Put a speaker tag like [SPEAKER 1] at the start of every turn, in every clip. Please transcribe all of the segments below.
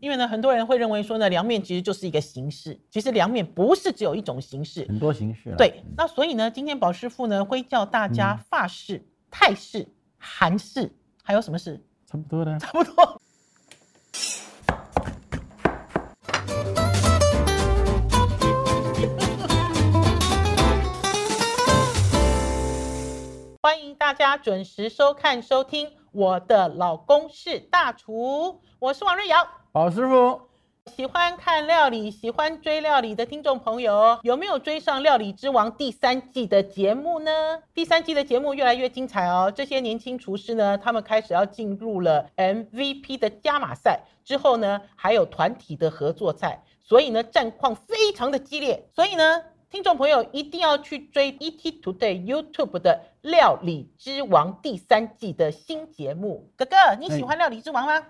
[SPEAKER 1] 因为呢，很多人会认为说呢，凉面其实就是一个形式，其实凉面不是只有一种形式。
[SPEAKER 2] 很多形式啦。啊
[SPEAKER 1] 对，那所以呢，今天宝师傅呢会教大家法式、泰式、韩式，还有什么式？
[SPEAKER 2] 差不多的。
[SPEAKER 1] 差不多。 欢迎大家准时收看收听《我的老公是大厨》，我是王瑞瑶。
[SPEAKER 2] 宝师傅，
[SPEAKER 1] 喜欢看料理、喜欢追料理的听众朋友，有没有追上《料理之王》第三季的节目呢？第三季的节目越来越精彩哦！这些年轻厨师呢，他们开始要进入了 MVP 的加码赛，之后呢，还有团体的合作赛，所以呢，战况非常的激烈。所以呢，听众朋友一定要去追 ET Today YouTube 的《料理之王》第三季的新节目。哥哥，你喜欢《料理之王》吗？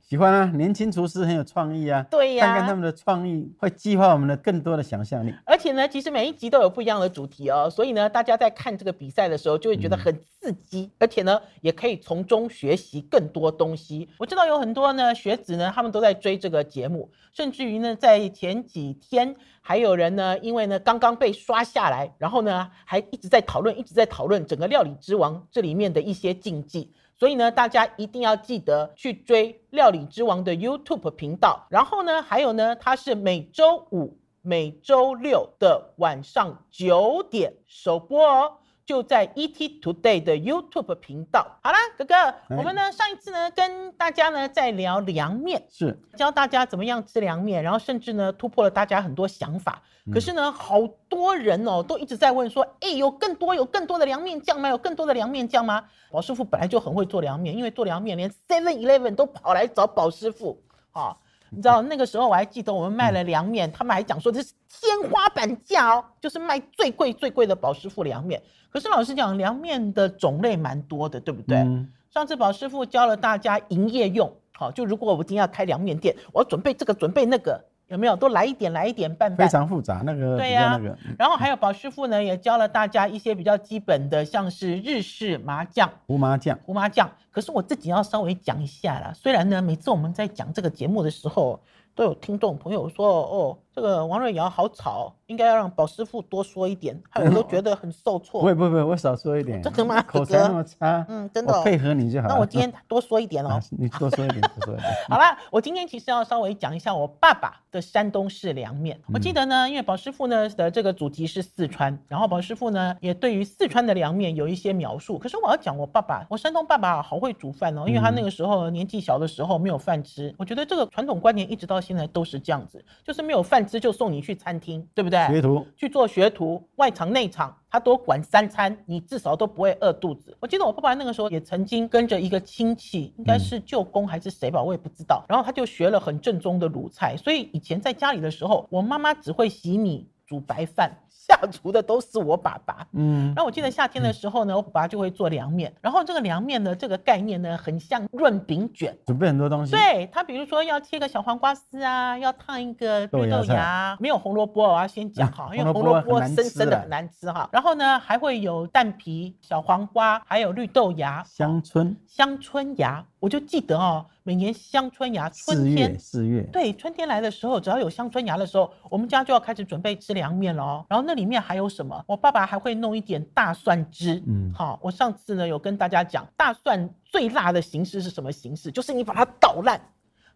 [SPEAKER 2] 喜欢啊，年轻厨师很有创意啊。
[SPEAKER 1] 对呀
[SPEAKER 2] 看看他们的创意，会激发我们的更多的想象力。
[SPEAKER 1] 而且呢，其实每一集都有不一样的主题哦，所以呢，大家在看这个比赛的时候就会觉得很刺激，而且呢，也可以从中学习更多东西。我知道有很多呢学子呢，他们都在追这个节目，甚至于呢，在前几天还有人呢，因为呢刚刚被刷下来，然后呢还一直在讨论，一直在讨论整个《料理之王》这里面的一些禁忌。所以呢，大家一定要记得去追《料理之王》的 YouTube 频道。然后呢，还有呢，它是每周五、每周六的晚上九点首播哦，就在 ET Today 的 YouTube 频道。好啦，哥哥，我们呢上一次呢跟大家呢在聊凉面，
[SPEAKER 2] 是，
[SPEAKER 1] 教大家怎么样吃凉面，然后甚至呢突破了大家很多想法。可是呢，好多人哦都一直在问说，哎，有更多有更多的凉面酱吗？有更多的凉面酱吗？宝师傅本来就很会做凉面，因为做凉面连 Seven Eleven 都跑来找宝师傅啊、你知道那个时候我还记得我们卖了凉面，他们还讲说这是天花板价哦，就是卖最贵最贵的宝师傅凉面。可是老实讲，凉面的种类蛮多的，对不对？
[SPEAKER 2] 嗯
[SPEAKER 1] 上次宝师傅教了大家营业用，好，就如果我今天要开凉面店，我要准备这个，准备那个，有没有？都来一点，来一点，拌
[SPEAKER 2] 非
[SPEAKER 1] 拌。
[SPEAKER 2] 常复杂，那个
[SPEAKER 1] 对
[SPEAKER 2] 比
[SPEAKER 1] 呀
[SPEAKER 2] 较那个，嗯
[SPEAKER 1] 然后还有宝师傅呢，也教了大家一些比较基本的，像是日式麻酱、
[SPEAKER 2] 胡麻酱，
[SPEAKER 1] 胡麻酱。可是我自己要稍微讲一下啦，虽然呢，每次我们在讲这个节目的时候，都有听众朋友说，哦，这个王瑞瑶好吵，应该要让宝师傅多说一点，害我都觉得很受
[SPEAKER 2] 不会
[SPEAKER 1] 挫。
[SPEAKER 2] 不会，不会嗯我少说一点。
[SPEAKER 1] 真的吗
[SPEAKER 2] 口
[SPEAKER 1] 哥
[SPEAKER 2] 才
[SPEAKER 1] 哥
[SPEAKER 2] 那么差，
[SPEAKER 1] 嗯真的哦
[SPEAKER 2] 我配合你就好了。
[SPEAKER 1] 那我 今天多说一点哦
[SPEAKER 2] 啊，。你多说一点，多说一点。
[SPEAKER 1] 好啦，我今天其实要稍微讲一下我爸爸的山东式凉面。我记得呢，因为宝师傅呢的这个主题是四川，然后宝师傅呢也对于四川的凉面有一些描述。可是我要讲我爸爸，我山东爸爸好会煮饭哦，因为他那个时候年纪小的时候没有饭吃。我觉得这个传统观念一直到现在都是这样子，就是没有饭吃就送你去餐厅，对 不对？
[SPEAKER 2] 学徒，
[SPEAKER 1] 去做学徒，外场内场他多管三餐，你至少都不会饿肚子。我记得我爸爸那个时候也曾经跟着一个亲戚，应该是舅公还是谁吧，我也不知道。然后他就学了很正宗的鲁菜，所以以前在家里的时候，我妈妈只会洗米、煮白饭，下厨的都是我爸爸。
[SPEAKER 2] 嗯
[SPEAKER 1] 然，后我记得夏天的时候呢，我爸爸就会做凉面，然后这个凉面的这个概念呢，很像润饼卷。
[SPEAKER 2] 准备很多东西。
[SPEAKER 1] 嗯对他，比如说要切个小黄瓜丝啊，要烫一个
[SPEAKER 2] 豆
[SPEAKER 1] 绿
[SPEAKER 2] 芽
[SPEAKER 1] 豆
[SPEAKER 2] 菜
[SPEAKER 1] 芽，没有红萝卜，我要先讲哈，
[SPEAKER 2] 嗯
[SPEAKER 1] 因为红
[SPEAKER 2] 红
[SPEAKER 1] 萝
[SPEAKER 2] 萝卜
[SPEAKER 1] 卜
[SPEAKER 2] 很难
[SPEAKER 1] 生
[SPEAKER 2] 吃
[SPEAKER 1] 生的
[SPEAKER 2] 啊
[SPEAKER 1] 很难吃哈。然后呢，还会有蛋皮、小黄瓜，还有绿豆芽、
[SPEAKER 2] 乡村
[SPEAKER 1] 香椿芽。我就记得哦，每年香椿芽，
[SPEAKER 2] 四
[SPEAKER 1] 春天
[SPEAKER 2] 月四月，
[SPEAKER 1] 对，春天来的时候，只要有香椿芽的时候，我们家就要开始准备吃凉面了哦。然后那里面还有什么？我爸爸还会弄一点大蒜汁。
[SPEAKER 2] 嗯
[SPEAKER 1] 好、我上次呢有跟大家讲，大蒜最辣的形式是什么形式？就是你把它捣烂，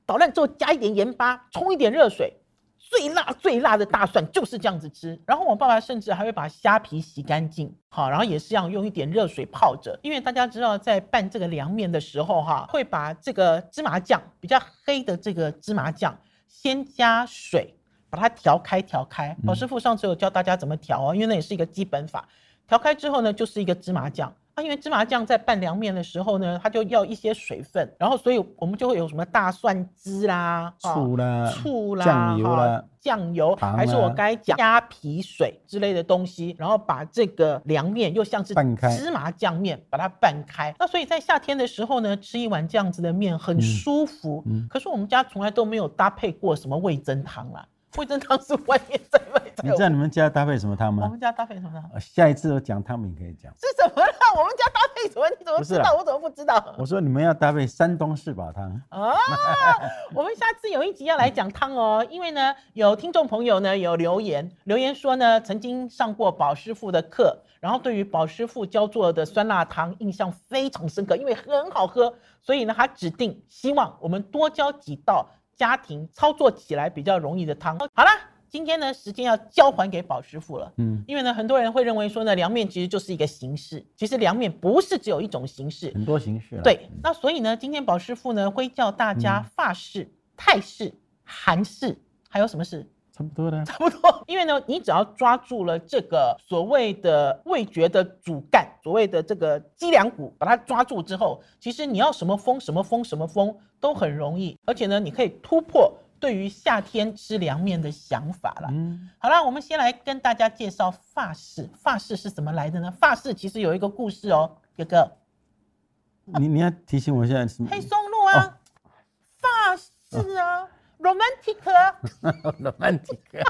[SPEAKER 1] 捣烂之后加一点盐巴，冲一点热水。最辣最辣的大蒜就是这样子吃，然后我爸爸甚至还会把虾皮洗干净，好，然后也是这样用一点热水泡着，因为大家知道在拌这个凉面的时候哈，会把这个芝麻酱比较黑的这个芝麻酱先加水，把它调开调开。老师傅上次有教大家怎么调哦，因为那也是一个基本法。调开之后呢，就是一个芝麻酱。啊，因为芝麻酱在拌凉面的时候呢，它就要一些水分，然后所以我们就会有什么大蒜汁啦、啊
[SPEAKER 2] 醋啦，
[SPEAKER 1] 醋啦、
[SPEAKER 2] 酱油
[SPEAKER 1] 哈
[SPEAKER 2] 啦，
[SPEAKER 1] 酱油，
[SPEAKER 2] 糖啊
[SPEAKER 1] 还是我该讲虾皮水之类的东西，然后把这个凉面又像是
[SPEAKER 2] 拌开
[SPEAKER 1] 芝麻酱面，把它拌开。那所以在夏天的时候呢，吃一碗这样子的面很舒服。
[SPEAKER 2] 嗯
[SPEAKER 1] 可是我们家从来都没有搭配过什么味增汤啦，味增汤是外面在卖。
[SPEAKER 2] 你知道你们家搭配什么汤
[SPEAKER 1] 我
[SPEAKER 2] 吗
[SPEAKER 1] 们？家搭配什么呢？
[SPEAKER 2] 呃下一次我讲汤品可以讲。
[SPEAKER 1] 是什么啦？道我们家搭配什么？你怎么
[SPEAKER 2] 不是
[SPEAKER 1] 知道？
[SPEAKER 2] 啦
[SPEAKER 1] 我怎么不知道？
[SPEAKER 2] 我说你们要搭配山东四宝汤，
[SPEAKER 1] 啊，我们下次有一集要来讲汤哦，因为呢，有听众朋友呢有留言，留言说呢，曾经上过宝师傅的课，然后对于宝师傅教做的酸辣汤印象非常深刻，因为很好喝，所以呢，他指定希望我们多教几道家庭操作起来比较容易的汤。好啦，今天呢，时间要交还给宝师傅了。
[SPEAKER 2] 嗯，
[SPEAKER 1] 因为呢，很多人会认为说呢，凉面其实就是一个形式，其实凉面不是只有一种形式，
[SPEAKER 2] 很多形式了。嗯
[SPEAKER 1] 对，那所以呢，今天宝师傅呢会教大家法式、泰式、韩式，还有什么式？
[SPEAKER 2] 差不多 的。
[SPEAKER 1] 差不多，因为呢，你只要抓住了这个所谓的味觉的主干，所谓的这个脊梁骨，把它抓住之后，其实你要什么风、什么风、什么风都很容易，而且呢，你可以突破对于夏天吃凉面的想法啦。
[SPEAKER 2] 嗯，
[SPEAKER 1] 好啦，我们先来跟大家介绍发饰。发饰是怎么来的呢？发饰其实有一个故事哦，哥哥。
[SPEAKER 2] 你你要提醒我现在什么？
[SPEAKER 1] 黑松露啊，
[SPEAKER 2] 哦
[SPEAKER 1] 发饰啊，romantic 啊，
[SPEAKER 2] 浪漫 几个。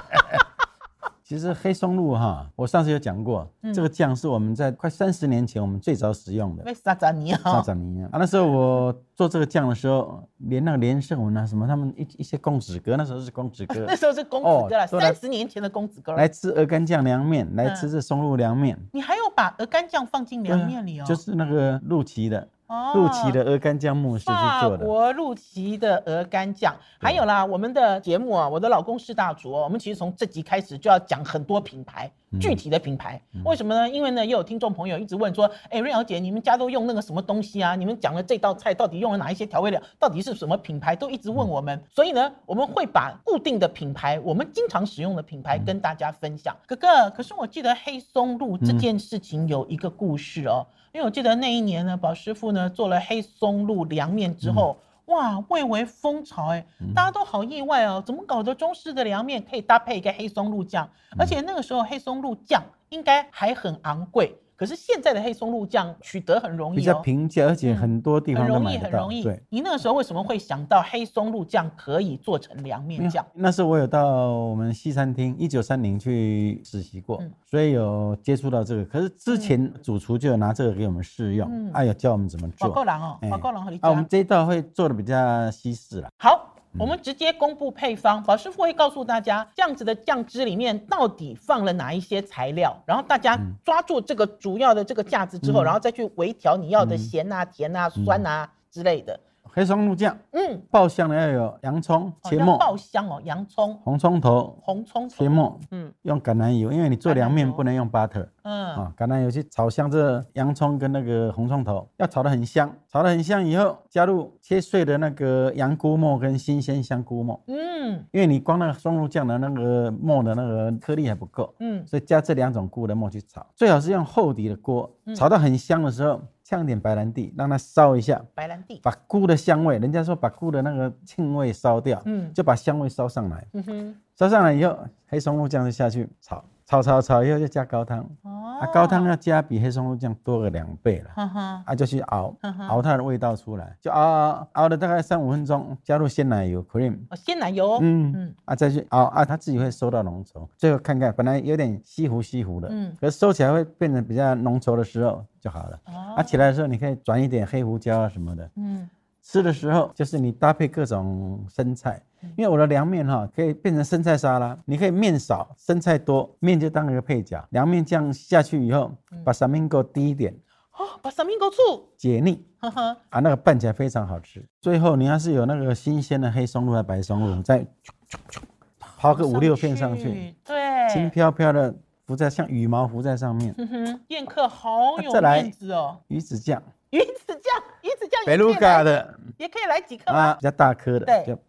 [SPEAKER 2] 其实黑松露哈，我上次有讲过，
[SPEAKER 1] 嗯
[SPEAKER 2] 这个酱是我们在快三十年前我们最早使用的。
[SPEAKER 1] 被撒哎扎尼
[SPEAKER 2] 萨
[SPEAKER 1] 啊，
[SPEAKER 2] 长尼啊，那时候我做这个酱的时候，连那个连胜文啊什么，他们一一些公子哥，那时候是公子哥
[SPEAKER 1] 那时候是公子哥了，
[SPEAKER 2] 哦都来
[SPEAKER 1] 三十年前的公子哥了
[SPEAKER 2] 来。吃鹅肝酱凉面，来吃这松露凉面，啊
[SPEAKER 1] 你还有把鹅肝酱放进嗯凉面里哦，
[SPEAKER 2] 就是那个陆琪的
[SPEAKER 1] 哦
[SPEAKER 2] 陆琪的鹅肝酱牧师去
[SPEAKER 1] 法
[SPEAKER 2] 做的。
[SPEAKER 1] 国陆琪的鹅肝酱，还有啦，我们的节目啊，我的老公是大厨、哦，我们其实从这集开始就要讲很多品牌，具体的品牌，为什么呢？因为呢，也有听众朋友一直问说，哎，瑞瑶姐，你们家都用那个什么东西啊？你们讲了这道菜到底用了哪一些调味料？到底是什么品牌？都一直问我们，所以呢，我们会把固定的品牌，我们经常使用的品牌跟大家分享。哥哥，可是我记得黑松露这件事情有一个故事哦。因为我记得那一年呢，宝师傅呢做了黑松露凉面之后，哇，蔚为风潮哎、
[SPEAKER 2] 嗯
[SPEAKER 1] 大家都好意外哦，怎么搞得中式的凉面可以搭配一个黑松露酱？而
[SPEAKER 2] 嗯
[SPEAKER 1] 且那个时候黑松露酱应该还很昂贵，可是现在的黑松露酱取得很容易、哦，
[SPEAKER 2] 比较平价，而且很多地
[SPEAKER 1] 很
[SPEAKER 2] 方都
[SPEAKER 1] 容易，很
[SPEAKER 2] 买得到。
[SPEAKER 1] 容易
[SPEAKER 2] 对，。
[SPEAKER 1] 你那个时候为什么会想到黑松露酱可以做成凉面酱？
[SPEAKER 2] 那时候我有到我们西餐厅一九三零去实习过，
[SPEAKER 1] 嗯
[SPEAKER 2] 所以有接触到这个。可是之前主厨就有拿这个给我们试用，
[SPEAKER 1] 嗯
[SPEAKER 2] 哎、有教我们怎么
[SPEAKER 1] 法国
[SPEAKER 2] 做。
[SPEAKER 1] 人哦，
[SPEAKER 2] 哎
[SPEAKER 1] 法国人和你
[SPEAKER 2] 啊，
[SPEAKER 1] 讲
[SPEAKER 2] 我们这一道会做的比较西式啦，
[SPEAKER 1] 好，
[SPEAKER 2] 嗯
[SPEAKER 1] 我们直接公布配方，宝师傅会告诉大家这样子的酱汁里面到底放了哪一些材料，然后大家
[SPEAKER 2] 嗯
[SPEAKER 1] 抓住这个主要的这个架子之后，然后再去微调你要的咸
[SPEAKER 2] 嗯
[SPEAKER 1] 啊、甜啊、酸啊之类的。
[SPEAKER 2] 黑松露酱
[SPEAKER 1] 嗯，
[SPEAKER 2] 爆香的要有洋葱
[SPEAKER 1] 哦
[SPEAKER 2] 切
[SPEAKER 1] 要
[SPEAKER 2] 末、
[SPEAKER 1] 爆香哦，洋葱、
[SPEAKER 2] 红葱头
[SPEAKER 1] 红葱
[SPEAKER 2] 切
[SPEAKER 1] 头，
[SPEAKER 2] 末，
[SPEAKER 1] 嗯
[SPEAKER 2] 用橄榄油，因为你做凉
[SPEAKER 1] 橄榄
[SPEAKER 2] 面
[SPEAKER 1] 油
[SPEAKER 2] 不能用 butter
[SPEAKER 1] 嗯，
[SPEAKER 2] 啊，橄榄油去炒香这洋葱跟那个红葱头，要炒得很香，炒得很香以后加入切碎的那个洋菇末跟新鲜香菇末。
[SPEAKER 1] 嗯
[SPEAKER 2] 因为你光那个松露酱的那个末的那个颗粒还不够，
[SPEAKER 1] 嗯
[SPEAKER 2] 所以加这两种菇的末去炒，最好是用厚底的锅，炒到很香的时候，呛点白兰地，让它烧一下，
[SPEAKER 1] 白兰地，
[SPEAKER 2] 把菇的香味，人家说把菇的那个沁味烧掉，
[SPEAKER 1] 嗯
[SPEAKER 2] 就把香味烧上来，
[SPEAKER 1] 嗯哼，
[SPEAKER 2] 烧上来以后，黑松露酱就下去炒，炒炒炒以后就加高汤，
[SPEAKER 1] 哦
[SPEAKER 2] 啊，高汤要加比黑松露酱多个两倍了。
[SPEAKER 1] 哈哈，
[SPEAKER 2] 啊，就去熬
[SPEAKER 1] 嗯哼，
[SPEAKER 2] 熬它的味道出来，就熬熬熬熬了大概三五分钟，加入鲜奶油 cream，
[SPEAKER 1] 哦，鲜奶油，
[SPEAKER 2] 嗯
[SPEAKER 1] 嗯
[SPEAKER 2] 啊，再去熬啊，它自己会收到浓稠。最后看看，本来有点稀糊稀糊的，
[SPEAKER 1] 嗯
[SPEAKER 2] 嗯，可是收起来会变得比较浓稠的时候就好了。
[SPEAKER 1] 哦
[SPEAKER 2] 啊，起来的时候你可以转一点黑胡椒啊什么的。
[SPEAKER 1] 嗯
[SPEAKER 2] 吃的时候就是你搭配各种生菜，
[SPEAKER 1] 嗯
[SPEAKER 2] 因为我的凉面哈、可以变成生菜沙拉，你可以面少生菜多，面就当一个配角。凉面酱下去以后，
[SPEAKER 1] 嗯
[SPEAKER 2] 把三明给滴一点，
[SPEAKER 1] 哦，把三明狗醋，
[SPEAKER 2] 解腻。
[SPEAKER 1] 呵呵，
[SPEAKER 2] 啊，那个拌起来非常好吃。最后你要是有那个新鲜的黑松露和啊白松露，再抛个五六片上去，，
[SPEAKER 1] 对，
[SPEAKER 2] 轻飘飘的浮在像羽毛浮在上面。
[SPEAKER 1] 哼哼，宴客好有
[SPEAKER 2] 啊再来
[SPEAKER 1] 面子哦。
[SPEAKER 2] 鱼子酱，
[SPEAKER 1] 鱼子酱，鱼子酱
[SPEAKER 2] 贝
[SPEAKER 1] 也可
[SPEAKER 2] 鲁
[SPEAKER 1] 以
[SPEAKER 2] 嘎
[SPEAKER 1] 来，
[SPEAKER 2] 的
[SPEAKER 1] 也可以来几颗
[SPEAKER 2] 啊，
[SPEAKER 1] 吗？
[SPEAKER 2] 比较大颗的，
[SPEAKER 1] 对
[SPEAKER 2] 就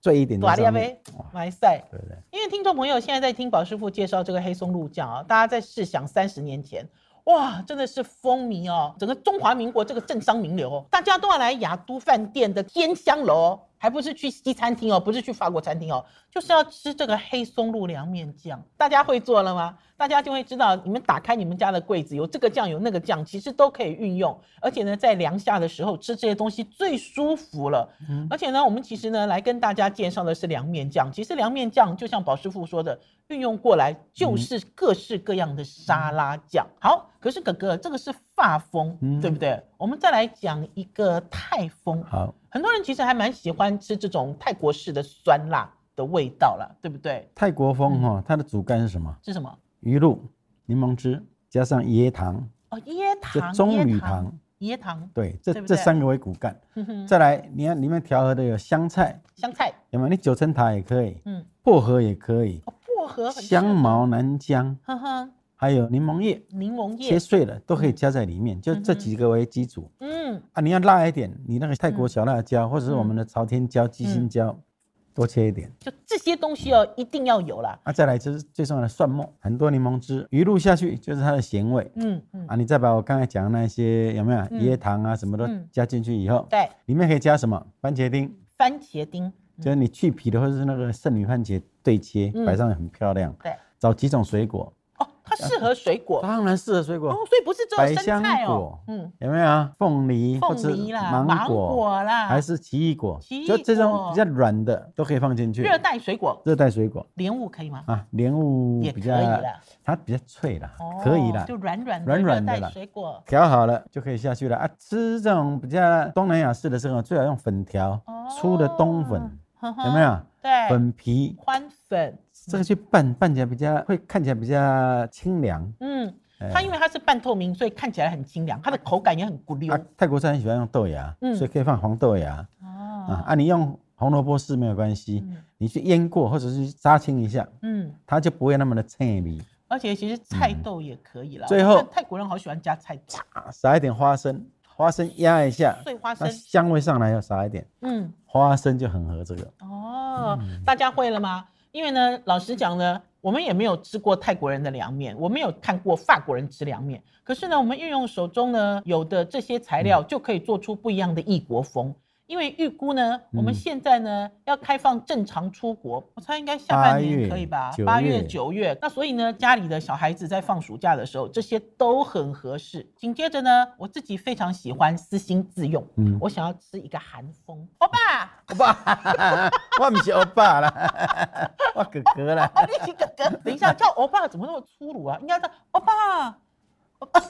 [SPEAKER 2] 最一点
[SPEAKER 1] 大
[SPEAKER 2] 的
[SPEAKER 1] 粒啊
[SPEAKER 2] 上
[SPEAKER 1] 呗
[SPEAKER 2] 面。，
[SPEAKER 1] 马赛。
[SPEAKER 2] 对不对？
[SPEAKER 1] 因为听众朋友现在在听宝师傅介绍这个黑松露酱啊，大家在试想三十年前，哇，真的是风靡哦，整个中华民国这个政商名流哦，大家都要来雅都饭店的天香楼哦。还不是去西餐厅哦，不是去法国餐厅哦，就是要吃这个黑松露凉面酱。大家会做了吗？大家就会知道，你们打开你们家的柜子，有这个酱，有那个酱，其实都可以运用。而且呢，在凉夏的时候吃这些东西最舒服了。而且呢，我们其实呢来跟大家介绍的是凉面酱。其实凉面酱就像宝师傅说的，运用过来就是各式各样的沙拉酱。好，可是哥哥，这个是法风，
[SPEAKER 2] 嗯
[SPEAKER 1] 对不对？我们再来讲一个泰风。
[SPEAKER 2] 好，
[SPEAKER 1] 很多人其实还蛮喜欢吃这种泰国式的酸辣的味道啦，对不对？
[SPEAKER 2] 泰国风哈、
[SPEAKER 1] 嗯
[SPEAKER 2] 它的主干是什么？
[SPEAKER 1] 是什么？
[SPEAKER 2] 鱼露、柠檬汁加上椰糖，
[SPEAKER 1] 哦，椰糖，
[SPEAKER 2] 这棕
[SPEAKER 1] 椰
[SPEAKER 2] 榈
[SPEAKER 1] 糖
[SPEAKER 2] 糖，
[SPEAKER 1] 椰糖，
[SPEAKER 2] 对，这
[SPEAKER 1] 对不
[SPEAKER 2] 这
[SPEAKER 1] 对嗯
[SPEAKER 2] 三个为骨干。
[SPEAKER 1] 哼哼，
[SPEAKER 2] 再来，你看里面调和的有香菜，
[SPEAKER 1] 香菜，
[SPEAKER 2] 有没有？你九层塔也可以，
[SPEAKER 1] 嗯，
[SPEAKER 2] 薄荷也可以，
[SPEAKER 1] 哦，薄荷很
[SPEAKER 2] 香
[SPEAKER 1] 适合，
[SPEAKER 2] 茅南姜，
[SPEAKER 1] 哼哼，
[SPEAKER 2] 还有柠檬叶
[SPEAKER 1] 柠檬叶
[SPEAKER 2] 切，碎了都可以加在里面，就这几个为基础。
[SPEAKER 1] 嗯，
[SPEAKER 2] 啊，你要辣一点，你那个泰国小辣椒，或者是我们的朝天椒、鸡心椒，
[SPEAKER 1] 嗯
[SPEAKER 2] 多切一点。
[SPEAKER 1] 就这些东西哦，一定要有啦，
[SPEAKER 2] 啊，再来就是最重要的蒜末，很多柠檬汁，鱼露下去就是它的咸味。
[SPEAKER 1] 嗯嗯，
[SPEAKER 2] 啊，你再把我刚才讲的那些有没有
[SPEAKER 1] 嗯
[SPEAKER 2] 椰糖啊什么都
[SPEAKER 1] 嗯
[SPEAKER 2] 加进去以后，
[SPEAKER 1] 对，
[SPEAKER 2] 里面可以加什么？番茄丁，
[SPEAKER 1] 番茄丁，
[SPEAKER 2] 就是你去皮的或者是那个圣女番茄对切，
[SPEAKER 1] 嗯
[SPEAKER 2] 摆上也很漂亮。
[SPEAKER 1] 对，
[SPEAKER 2] 找几种水果，
[SPEAKER 1] 哦，它适合水果，
[SPEAKER 2] 当然适合水果
[SPEAKER 1] 哦，，所以不是只有
[SPEAKER 2] 百
[SPEAKER 1] 生
[SPEAKER 2] 香
[SPEAKER 1] 菜哦
[SPEAKER 2] 果，
[SPEAKER 1] 嗯，
[SPEAKER 2] 有没有啊？凤梨或者
[SPEAKER 1] 凤梨啦，
[SPEAKER 2] 芒
[SPEAKER 1] 芒
[SPEAKER 2] 果，
[SPEAKER 1] 果啦，
[SPEAKER 2] 还是奇异果
[SPEAKER 1] 奇异，
[SPEAKER 2] 就这种
[SPEAKER 1] 果
[SPEAKER 2] 比较软的都可以放进去。
[SPEAKER 1] 热带水果，
[SPEAKER 2] 热带水果
[SPEAKER 1] 莲雾可以吗？
[SPEAKER 2] 啊，莲雾
[SPEAKER 1] 也
[SPEAKER 2] 比
[SPEAKER 1] 可
[SPEAKER 2] 较
[SPEAKER 1] 以啦，
[SPEAKER 2] 它比较脆啦，
[SPEAKER 1] 哦
[SPEAKER 2] 可以啦
[SPEAKER 1] 就。软软的
[SPEAKER 2] 软软的
[SPEAKER 1] 热带
[SPEAKER 2] 啦
[SPEAKER 1] 水果。
[SPEAKER 2] 调好了就可以下去了啊！吃这种比较东南亚式的这种，最好用粉条
[SPEAKER 1] 哦，
[SPEAKER 2] 粗的冬粉，
[SPEAKER 1] 呵呵
[SPEAKER 2] 有没？有？
[SPEAKER 1] 对，
[SPEAKER 2] 粉皮
[SPEAKER 1] 宽粉，
[SPEAKER 2] 这个去拌，拌起来比较会看起来比较清凉。
[SPEAKER 1] 嗯，
[SPEAKER 2] 哎
[SPEAKER 1] 它因为它是半透明，所以看起来很清凉，它的口感也很咕溜
[SPEAKER 2] 啊。，泰国菜很喜欢用豆芽，
[SPEAKER 1] 嗯
[SPEAKER 2] 所以可以放黄豆芽啊
[SPEAKER 1] 哦，
[SPEAKER 2] 啊，你用红萝卜丝没有关系，
[SPEAKER 1] 嗯
[SPEAKER 2] 你去腌过或者是杀青一下，
[SPEAKER 1] 嗯，
[SPEAKER 2] 它就不会那么的脆味。
[SPEAKER 1] 而且其实菜豆也可以了。
[SPEAKER 2] 嗯最
[SPEAKER 1] 我
[SPEAKER 2] 后
[SPEAKER 1] 看泰国人好喜欢加菜豆，
[SPEAKER 2] 啊撒一点花生，花生压一下，
[SPEAKER 1] 碎花生
[SPEAKER 2] 那。香味上来要撒一点，
[SPEAKER 1] 嗯，
[SPEAKER 2] 花生就很合这个。
[SPEAKER 1] 哦，
[SPEAKER 2] 嗯
[SPEAKER 1] 大家会了吗？因为呢，老实讲呢，我们也没有吃过泰国人的凉面，我们有看过法国人吃凉面。可是呢，我们运用手中呢有的这些材
[SPEAKER 2] 嗯
[SPEAKER 1] 料，就可以做出不一样的异国风。因为预估呢，我们
[SPEAKER 2] 嗯
[SPEAKER 1] 现在呢要开放正常出国，我猜应该下半
[SPEAKER 2] 八
[SPEAKER 1] 年
[SPEAKER 2] 月
[SPEAKER 1] 可以吧？
[SPEAKER 2] 九
[SPEAKER 1] 八月、
[SPEAKER 2] 月
[SPEAKER 1] 九月，那所以呢，家里的小孩子在放暑假的时候，这些都很合适。紧接着呢，我自己非常喜欢私心自用，
[SPEAKER 2] 嗯
[SPEAKER 1] 我想要吃一个韩风，欧巴。
[SPEAKER 2] 欧巴， 我不是欧巴啦，我哥哥 啦。
[SPEAKER 1] 啊，立奇哥哥，等一下，叫欧巴怎么那么粗鲁啊？应该叫欧巴， 欧巴，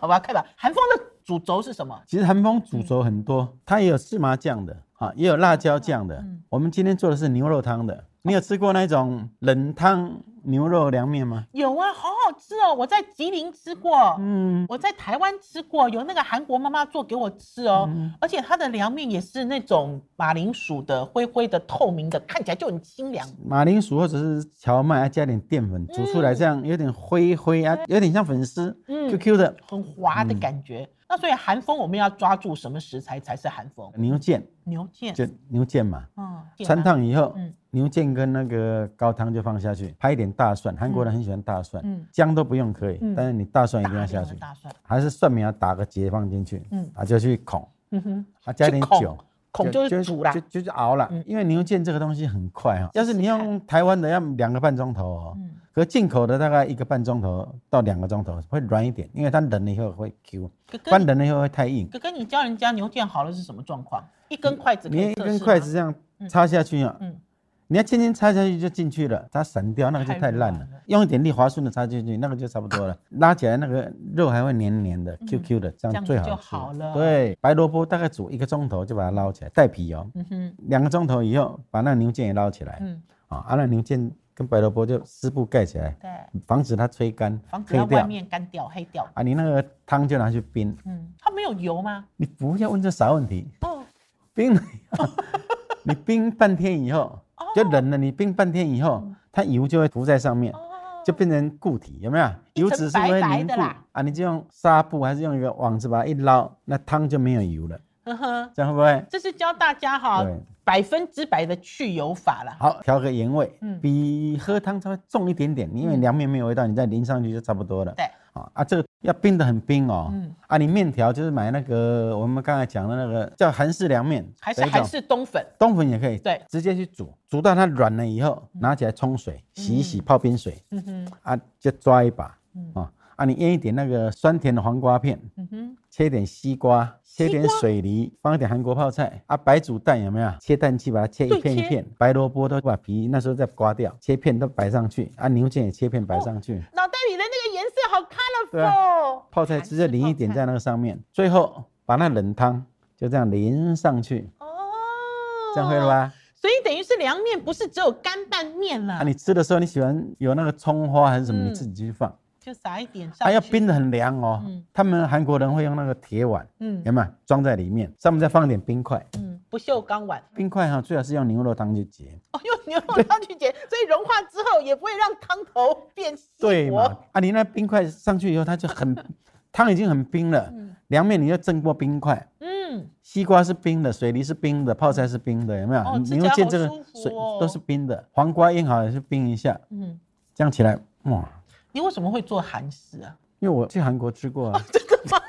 [SPEAKER 1] 好吧，看吧。韩风的主轴是什么？
[SPEAKER 2] 其实韩风主轴很多，它也有芝麻酱的，啊，也有辣椒酱的
[SPEAKER 1] 嗯。
[SPEAKER 2] 我们今天做的是牛肉汤的，你有吃过那种冷汤牛肉凉面吗？
[SPEAKER 1] 有啊，好好吃哦！我在吉林吃过，
[SPEAKER 2] 嗯，
[SPEAKER 1] 我在台湾吃过，有那个韩国妈妈做给我吃哦。
[SPEAKER 2] 嗯
[SPEAKER 1] 而且它的凉面也是那种马铃薯的，灰灰的、透明的，看起来就很清凉。
[SPEAKER 2] 马铃薯或者是荞麦，啊加点淀粉煮出来，这样有点灰灰啊，有点像粉丝
[SPEAKER 1] 嗯
[SPEAKER 2] ，Q Q 的
[SPEAKER 1] 很滑的感觉，
[SPEAKER 2] 嗯
[SPEAKER 1] 那所以韩风我们要抓住什么食材才是韩风？
[SPEAKER 2] 牛腱，
[SPEAKER 1] 牛腱，
[SPEAKER 2] 就牛腱嘛。
[SPEAKER 1] 嗯，腱
[SPEAKER 2] 穿
[SPEAKER 1] 吗
[SPEAKER 2] 烫以后
[SPEAKER 1] 嗯，
[SPEAKER 2] 牛腱跟那个高汤就放下去，拍一点大蒜，韩国人很喜欢大蒜
[SPEAKER 1] 嗯，
[SPEAKER 2] 姜都不用可以
[SPEAKER 1] 嗯，
[SPEAKER 2] 但是你大蒜一
[SPEAKER 1] 大
[SPEAKER 2] 定要下
[SPEAKER 1] 量的
[SPEAKER 2] 去，
[SPEAKER 1] 大蒜，
[SPEAKER 2] 还是蒜苗打个结放进去，
[SPEAKER 1] 嗯
[SPEAKER 2] 啊就去孔，
[SPEAKER 1] 嗯哼。
[SPEAKER 2] 啊加点
[SPEAKER 1] 去孔
[SPEAKER 2] 酒，
[SPEAKER 1] 孔就是煮啦
[SPEAKER 2] 就，就就熬啦
[SPEAKER 1] 嗯。
[SPEAKER 2] 因为牛腱这个东西很快啊，要是你
[SPEAKER 1] 试试看
[SPEAKER 2] 用台湾的要两个半钟头哦
[SPEAKER 1] 嗯，
[SPEAKER 2] 可进口的大概一个半钟头到两个钟头会软一点，因为它冷了以后会 Q，
[SPEAKER 1] 哥哥
[SPEAKER 2] 关冷了以后会太硬。
[SPEAKER 1] 哥哥，你教人家牛腱好了是什么状况？一根筷子可以
[SPEAKER 2] 你一
[SPEAKER 1] 测
[SPEAKER 2] 根
[SPEAKER 1] 试吗
[SPEAKER 2] 筷子这样插下去啊，
[SPEAKER 1] 啊嗯
[SPEAKER 2] 你要轻轻插下去就进去了，它散掉那个就
[SPEAKER 1] 太
[SPEAKER 2] 太烂了
[SPEAKER 1] 软了。啊
[SPEAKER 2] 用一点力滑顺的插进去，那个就差不多了。拉起来那个肉还会黏黏的、Q Q 的，
[SPEAKER 1] 这
[SPEAKER 2] 这
[SPEAKER 1] 样
[SPEAKER 2] 样
[SPEAKER 1] 子
[SPEAKER 2] 最好
[SPEAKER 1] 就
[SPEAKER 2] 吃。
[SPEAKER 1] 好了
[SPEAKER 2] 对，白萝卜大概煮一个钟头就把它捞起来，带皮哦。
[SPEAKER 1] 嗯哼，
[SPEAKER 2] 两个钟头以后把那个牛腱也捞起来，
[SPEAKER 1] 嗯，
[SPEAKER 2] 啊，啊那牛腱跟白萝卜就湿布盖起来，
[SPEAKER 1] 对，
[SPEAKER 2] 防止它吹干，
[SPEAKER 1] 防止
[SPEAKER 2] 黑
[SPEAKER 1] 它外
[SPEAKER 2] 掉。
[SPEAKER 1] 面干掉、黑掉。
[SPEAKER 2] 啊，你那个汤就拿去冰，
[SPEAKER 1] 嗯，它没有油吗？
[SPEAKER 2] 你不要问这啥问题，
[SPEAKER 1] 哦，
[SPEAKER 2] 冰了以后， 你冰半天以后
[SPEAKER 1] 哦
[SPEAKER 2] 就冷了，你冰半天以
[SPEAKER 1] 嗯
[SPEAKER 2] 后，它油就会浮在上面，
[SPEAKER 1] 哦
[SPEAKER 2] 就变成固体，有没有？
[SPEAKER 1] 一
[SPEAKER 2] 油
[SPEAKER 1] 层
[SPEAKER 2] 脂是不是会
[SPEAKER 1] 白白
[SPEAKER 2] 凝
[SPEAKER 1] 的
[SPEAKER 2] 固
[SPEAKER 1] 啦
[SPEAKER 2] 啊？你就用纱布还是用一个网子把它一捞，那汤就没有油了，
[SPEAKER 1] 呵呵，
[SPEAKER 2] 这样会不会？
[SPEAKER 1] 这是教大家哈
[SPEAKER 2] 对
[SPEAKER 1] 百分之百的去油法啦。
[SPEAKER 2] 好，调个盐味，
[SPEAKER 1] 嗯
[SPEAKER 2] 比喝汤稍微重一点点，因为
[SPEAKER 1] 嗯
[SPEAKER 2] 凉面没有味道，你再淋上去就差不多了。
[SPEAKER 1] 对，
[SPEAKER 2] 啊啊，这个要冰的很冰哦。
[SPEAKER 1] 嗯
[SPEAKER 2] 啊，你面条就是买那个我们刚才讲的那个叫韩式凉面，
[SPEAKER 1] 还是
[SPEAKER 2] 的一种
[SPEAKER 1] 还是冬粉，
[SPEAKER 2] 冬粉也可以，
[SPEAKER 1] 对，
[SPEAKER 2] 直接去煮，煮到它软了以后，拿起来冲水，洗一洗，泡冰水，
[SPEAKER 1] 嗯哼，
[SPEAKER 2] 啊，就抓一把
[SPEAKER 1] 嗯，
[SPEAKER 2] 啊啊，你腌一点那个酸甜的黄瓜片，
[SPEAKER 1] 嗯哼，
[SPEAKER 2] 切一点西瓜，切一点
[SPEAKER 1] 西瓜
[SPEAKER 2] 水梨，放一点韩国泡菜啊，白煮蛋有没有？切蛋器把它切一
[SPEAKER 1] 对
[SPEAKER 2] 片一
[SPEAKER 1] 切
[SPEAKER 2] 片，白萝卜都把皮那时候再刮掉，切片都摆上去啊，牛腱也切片摆上去，
[SPEAKER 1] 脑袋里的那个颜色好
[SPEAKER 2] 对啊
[SPEAKER 1] colorful，
[SPEAKER 2] 泡菜直接淋一点
[SPEAKER 1] 韩式泡菜
[SPEAKER 2] 在那个上面，最后把那冷汤就这样淋上去，
[SPEAKER 1] 哦，
[SPEAKER 2] 这样会了？吧？
[SPEAKER 1] 所以等于是凉面，不是只有干拌面了，
[SPEAKER 2] 啊，你吃的时候你喜欢有那个葱花还是什
[SPEAKER 1] 嗯
[SPEAKER 2] 么，你自己去放，
[SPEAKER 1] 就撒一点上去，
[SPEAKER 2] 啊，要冰的很凉哦
[SPEAKER 1] 嗯。
[SPEAKER 2] 他们韩国人会用那个铁碗，
[SPEAKER 1] 嗯
[SPEAKER 2] 有没有装在里面，上面再放一点冰块，
[SPEAKER 1] 嗯，不锈钢 碗，
[SPEAKER 2] 冰块哈最好是用牛肉汤去结。
[SPEAKER 1] 哦，用牛肉汤去煎，所以融化之后也不会让汤头变稀薄。
[SPEAKER 2] 对嘛？啊，你那冰块上去以后，它就很汤已经很冰了
[SPEAKER 1] 嗯，
[SPEAKER 2] 凉面你要蒸过冰块，
[SPEAKER 1] 嗯，
[SPEAKER 2] 西瓜是冰的，水梨是冰的，泡菜是冰的，有没有？
[SPEAKER 1] 哦吃
[SPEAKER 2] 你
[SPEAKER 1] 起
[SPEAKER 2] 牛
[SPEAKER 1] 来
[SPEAKER 2] 腱
[SPEAKER 1] 好
[SPEAKER 2] 这个
[SPEAKER 1] 舒服
[SPEAKER 2] 水
[SPEAKER 1] 哦
[SPEAKER 2] 都是冰的，黄瓜腌好也是冰一下，
[SPEAKER 1] 嗯，
[SPEAKER 2] 这样起来哇！
[SPEAKER 1] 你为什么会做韩式啊？
[SPEAKER 2] 因为我去韩国吃过
[SPEAKER 1] 哦
[SPEAKER 2] 啊，真的吗？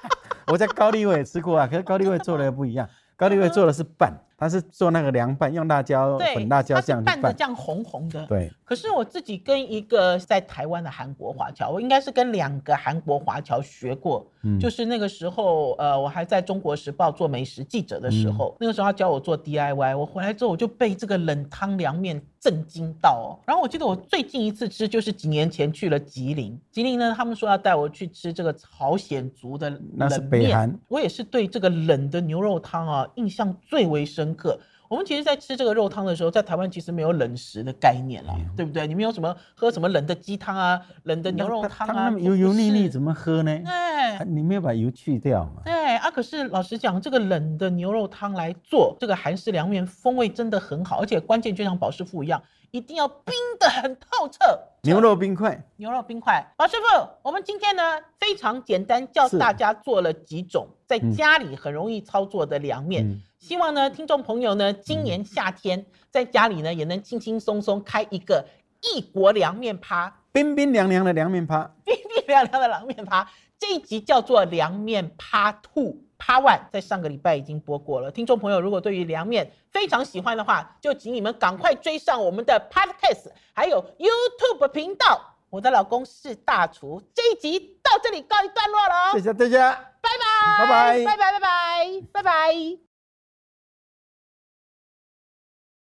[SPEAKER 2] 我在高丽味也吃过啊，可是高丽味做的不一样，高丽味做的是拌，它是做那个凉拌，用辣椒
[SPEAKER 1] 对，
[SPEAKER 2] 粉、辣椒
[SPEAKER 1] 它是
[SPEAKER 2] 酱去
[SPEAKER 1] 拌的
[SPEAKER 2] 拌
[SPEAKER 1] 这，样红红的。
[SPEAKER 2] 对，
[SPEAKER 1] 可是我自己跟一个在台湾的韩国华侨，我应该是跟两个韩国华侨学过，
[SPEAKER 2] 嗯
[SPEAKER 1] 就是那个时候，呃，我还在中国时报做美食记者的
[SPEAKER 2] 嗯
[SPEAKER 1] 时候，那个时候他教我做 DIY，我回来之后我就被这个冷汤凉面震惊到哦。然后我记得我最近一次吃就是几年前去了吉林，吉林呢，他们说要带我去吃这个朝鲜族的冷面，
[SPEAKER 2] 那是北韩
[SPEAKER 1] 我也是对这个冷的牛肉汤啊印象最为深刻。我们其实，在吃这个肉汤的时候，在台湾其实没有冷食的概念啦，对不对？你们有什么喝什么冷的鸡汤啊、冷的牛肉汤
[SPEAKER 2] 它
[SPEAKER 1] 啊
[SPEAKER 2] 那，么油油腻腻，
[SPEAKER 1] 么？
[SPEAKER 2] 怎么喝呢？啊
[SPEAKER 1] 哎
[SPEAKER 2] 你没有把油去掉嘛？
[SPEAKER 1] 对啊，可是老实讲，这个冷的牛肉汤来做这个韩式凉面，风味真的很好，而且关键就像保师傅一样，一定要冰的很透彻。
[SPEAKER 2] 牛肉冰块，
[SPEAKER 1] 牛肉冰块。宝师傅，我们今天呢非常简单，教
[SPEAKER 2] 是
[SPEAKER 1] 大家做了几种在家里很容易操作的凉面。
[SPEAKER 2] 嗯
[SPEAKER 1] 希望呢听众朋友呢今年夏天在家里呢也能轻轻松松开一个异国凉面趴，
[SPEAKER 2] 冰冰凉凉的凉面趴，
[SPEAKER 1] 冰冰凉凉的凉面趴。 这一集叫做凉面趴兔。趴 one 在上个礼拜已经播过了，听众朋友如果对于凉面非常喜欢的话，就请你们赶快追上我们的 podcast，还有 YouTube 频道。我的老公是大厨，这一集到这里告一段落了
[SPEAKER 2] 谢
[SPEAKER 1] 哦，
[SPEAKER 2] 谢大家，
[SPEAKER 1] 拜拜，
[SPEAKER 2] 拜拜
[SPEAKER 1] 拜拜，拜拜，拜拜。